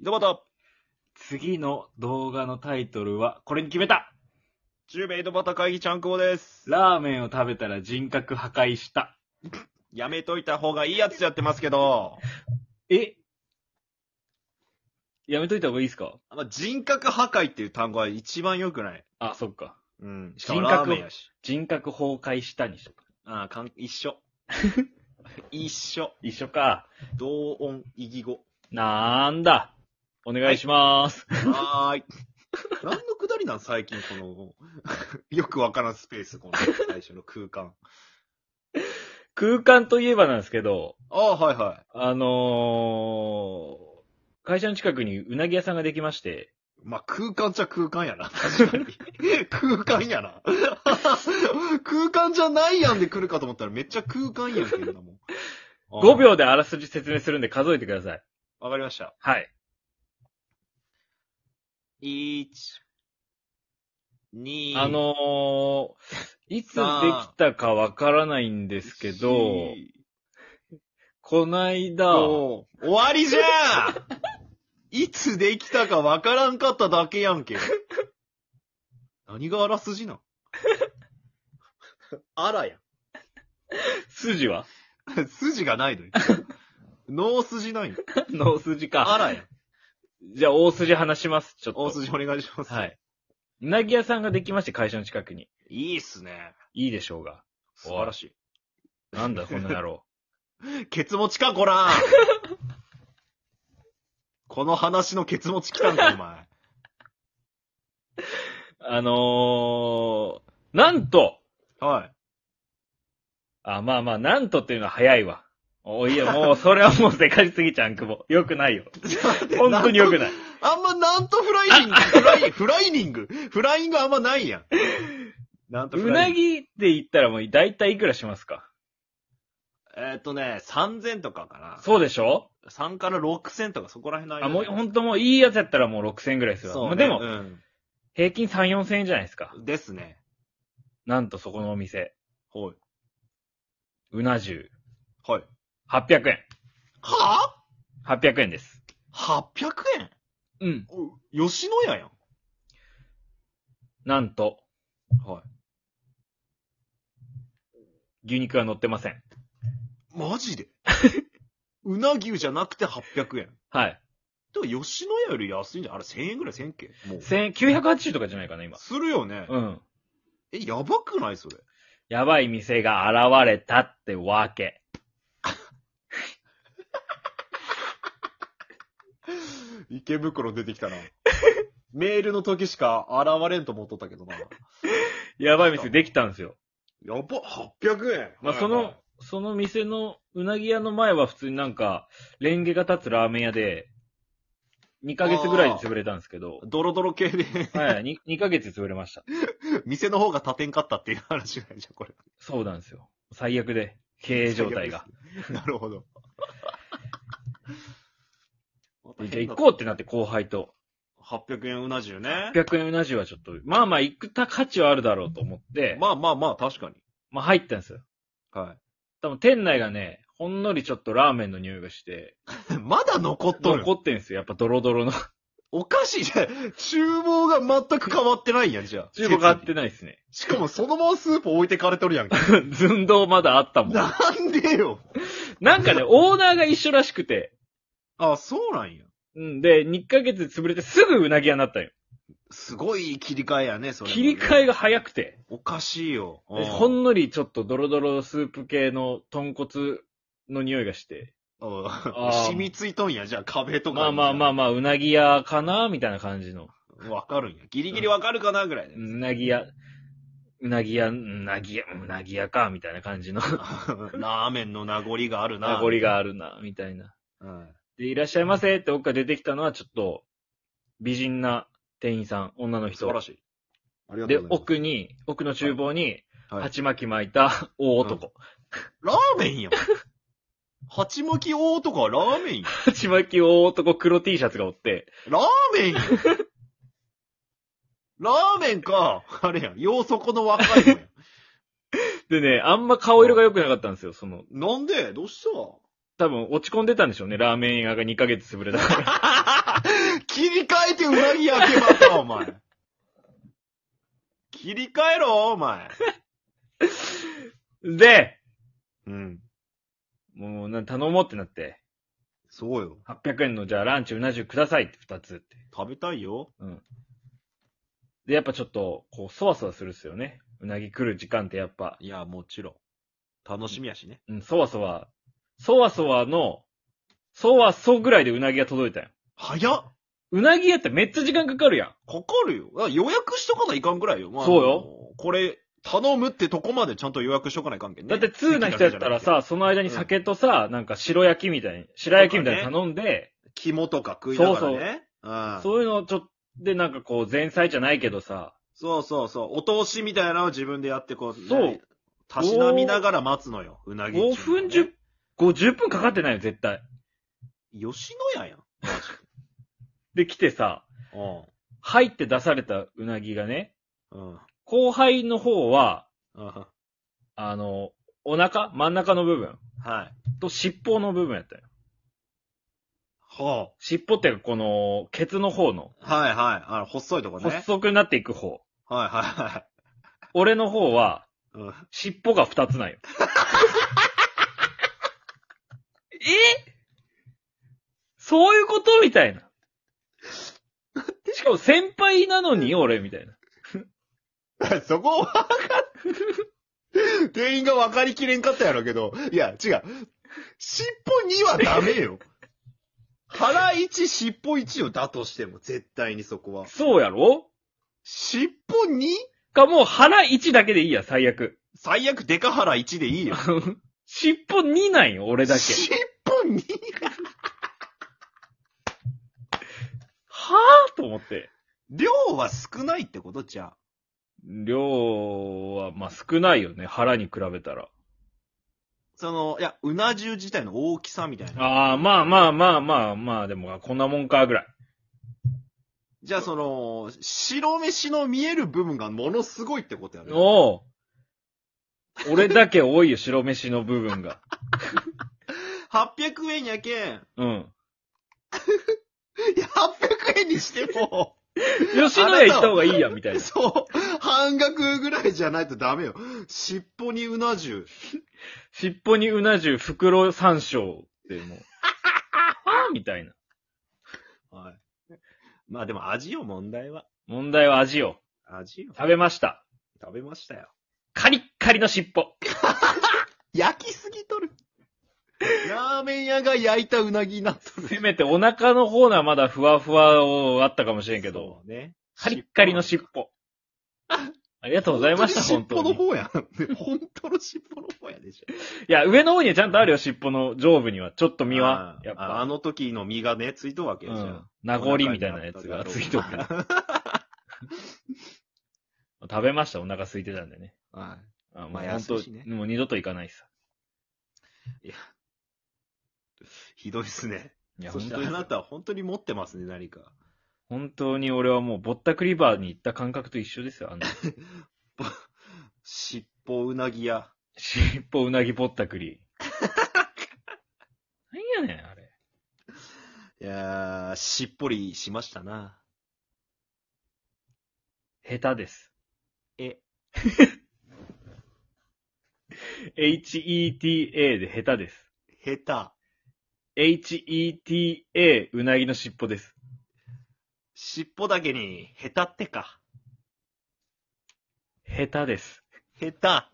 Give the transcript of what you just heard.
井戸端次の動画のタイトルは、これに決めた中米井戸端会議ちゃんこです。ラーメンを食べたら人格破壊した。やめといた方がいいやつやってますけど、えやめといた方がいいですかまあ、人格破壊っていう単語は一番良くない。あ、そっか。うん。ししかかももララーーメメンンややし。人格崩壊したにしとく。ああ、かん、一緒。 一緒。一緒か。同音異義語。なーんだ。お願いしまーす。はーい。何のくだりなん最近この、 よくわからんスペース、この最初の空間。空間といえばなんですけど、ああ、はいはあのー、会社の近くにうなぎ屋さんができまして、い。まあ、空間っちゃ空間やな。確かに。空間やな。空間じゃないやんで来るかと思ったらめっちゃ空間やんけど なもん。あー5。秒であらすじ説明するんで数えてください。わかりました。はい。 1、2、あのー、いつできたかわからないんですけど、こないだ、もう、終わりじゃんいつできたかわからんかっただけやんけ。何があらすじ なんあらや筋はん。 筋がないのに。脳筋ないよ。 の筋あか。らやん。じゃあ、大筋話します、ちょっと。大筋お願いします。はい。。うなぎ屋さんができまして、会社の近くに。いいっすね。いいでしょうが。素晴らしなんだ、この野郎。い。ケツ持ちか、こら この話のケツ持ち来たんか、お前。 あのー、なんと はい。あ、まあまあ、なんとっていうのは早いわ。おいや、もう、それはもう、せかしすぎちゃん、くぼ。よくないよ。本当によく ない。あんまなんとフライニング、フライ、フライニング、フライングあんまないやん。なんとフうラなイニング。ぎって言ったらもう、だいたいいくらしますかえーっとね、3000とかかな。そうでしょ3から6000とかそこら辺の間あ、もう、ほんともう、いいやつやったらもう6000円ぐらいですよ。そう、まあね。でも、う平均3、4000円じゃないですか。ん。ですね。なんとそこのお店、はい。うな重、はい。 800円。は800円です。ぁ ?800 円うん。お吉野家やん。なんと、はい。牛肉は乗ってません。マジでうな牛じゃなくて800円。はい。でも吉野家より安いんじゃん。あれ1000円ぐらい1000円っけもう。千980とかじゃないかな、今。するよね。うん。え、やばくないそれ。やばい店が現れたってわけ。池袋出てき たな。メールの時しか現れんと思っとったけどな。ややばい店できたんですよ。ば、800円。まあ、その、その店の、うなぎ屋の前は普通になんか、レンゲが立つラーメン屋で、2ヶ月ぐらいで潰れたんですけど、ドロドロ系で、 はい、2, 2ヶ月で潰れました。店の方が立てんかったっていう話じゃないじゃん、これ。そうなんですよ。最悪で、経営状態が。。なるほど。じゃあ行こうってなって後輩と。う。800円うな重ね。 800円うなじはちょっと、まあまあ行った価値はあるだろうと思って、ま、まあまあまあ、確かに。あ入ったんですよ。は多分店内がね、ほんのりちょっとラーメンの匂いがして、い。 まだ残っとる残。ってんですよ。やっぱドロ ドロの。おかしいじゃん。厨房が全く変わってないやん、じゃあ。厨房変わっ設てないですね。備しかもそのままスープ置いてかれとる やんけ。寸胴まだあったもん。なんでよ。なんかね、オーナーが一緒らしくて、あ、そうなんや。うん、で、2ヶ月潰れてすぐうなぎ屋になったんよ。すごい切り替えやね、それ、切り替え。えが早くて、おかしいよ。でほんのりちょっとドロドロスープ系の豚骨の匂いがして、うんー染みついとんや、じゃあ壁とか。まあまあまあまあ、うなぎ屋かなみたいな感じの。あ。わかるんや。ギリギリわかるかな、ぐらいね。うなぎ屋、うなぎ屋、うなぎ屋、うなぎ屋か、みたいな 感じ のラーメンの名残があるな。名残があるな、みたいな。うん。で、いらっしゃいませって奥から出てきたのは、ちょっと、美人な店員さん、女の素人晴。らしい。ありがとで、うございます。奥に、奥の厨房に、はい鉢巻き巻いた大男。ラーメンやん。 鉢巻き王とかはラーメンやん。鉢巻き大男黒 T シャツがおって、ラー メンやん。ラーメンか。あれやん。ようそこの若い子やん。でね、あんま顔色が良くなかったんですよ、その、なんでどうした多分落ち込んでたんでしょうね、ラーメン屋が2ヶ月潰れた から。切り替えて裏切開けまた、お前。切り替えろ、お前。で、うん。もうな頼もうってなって、そうよ。 800円のじゃあランチうな重くださいって2つって。食べたいよ。で、やっぱちょっと、こう、そわそわするっすよね。うなぎ来る時間ってやっぱ、いや、もちろん。楽しみやしね。うん、そわそわ、そわそわの、そわそぐらいでうなぎが届いたよ。早っうなぎ屋ってめっちゃ時間かかるやん。かかるよ。だから予約しとかないかんぐらいよ。まあそうよ。あのこれ、頼むってとこまでちゃんと予約しとかないかんけんね。だって通な人やったらさ、その間に酒とさ、なんか白焼きみたいに、白焼きみたいに頼んで、肝とか食いながらね。うん。そういうのをちょっと、で、なんかこう、前菜じゃないけどさ、そうそうそう。お通しみたいなのを自分でやってこう、ね。そう。たしなみながら待つのよ。うなぎ5分10、50分かかってないよ、絶対。分。吉野家やん。マで、来てさ、ジ入って出されたうなぎがね、で。うん。うん。後輩の方は、うんあの、お腹真ん中の部分はい。と尻尾の部分やったよ。は尻尾ってこの、ケツの方の、あ。はいはい。あの、細いとこね。細くなっていく方。はいは俺の方は、いはい。うん。尻尾が二つなんよ。えそういうことみたいな。しかも先輩なのに俺みたいな。 そこは分かる店員が分かりきれんかったやろうけど。いや、違う。尻尾2はダメよ。腹1、尻尾1をだとしても、絶対にそこは。そうやろ尻尾 2? かもう腹1だけでいいや、最悪。最悪デカ腹1でいいよ。尻尾2なんよ、俺だけ。尻尾 2? はぁと思って。量は少ないってことじゃあ。量は、まあ、少ないよね、腹に比べたら。その、いや、うな重自体の大きさみたいな。ああ、まあまあまあまあまあ、でも、こんなもんか、ぐらい。じゃあその、白飯の見える部分がものすごいってことやね。おう俺だけ多いよ、白飯の部分が。 800円やけん。うん。いや、800円にしても、吉野家行った方がいいや、みたいな。そう、半額ぐらいじゃないとダメよ。尻尾にうな重。尻尾にうな重、袋三章ってもう。はぁみたいな。はい。まあでも味よ、問題は。問題は味よ。味よ。食べました。食べましたよ。カリッカリの尻尾。焼きすぎとる。ラーメン屋が焼いたうなぎになっとる。せめてお腹の方ならまだふわふわをあったかもしれんけど、そうね。カリッカリの尻尾。ありがとうございました、本当に。尻尾いの方や ん。本当の尻尾の方やでしょ。や、上の方にはちゃんとあるよ、尻尾の上部には。ちょっと身はあ。ーやっあぱ、の時の身がね、ついとるわけうじゃんん。。名残みたいなやつがついておく。食べました、お腹空いてたんでね。はあもまうあ本当、安いしねもう二度と行かないっす。い。いや、ひどいっすね。いや、そ本して当あに。なたは本当に持ってますね、何か。本当に俺はもうぼったくりバーに行った感覚と一緒ですよ、あの。 尻尾うなぎ屋。尻尾うなぎぼったく り。何やねん、あれ。いやー、しっぽりしましたな。下手です。え、 HETA で下手です。下手。 HETA うなぎの尻尾です。尻尾だけに、下手ってか。下手です。下手。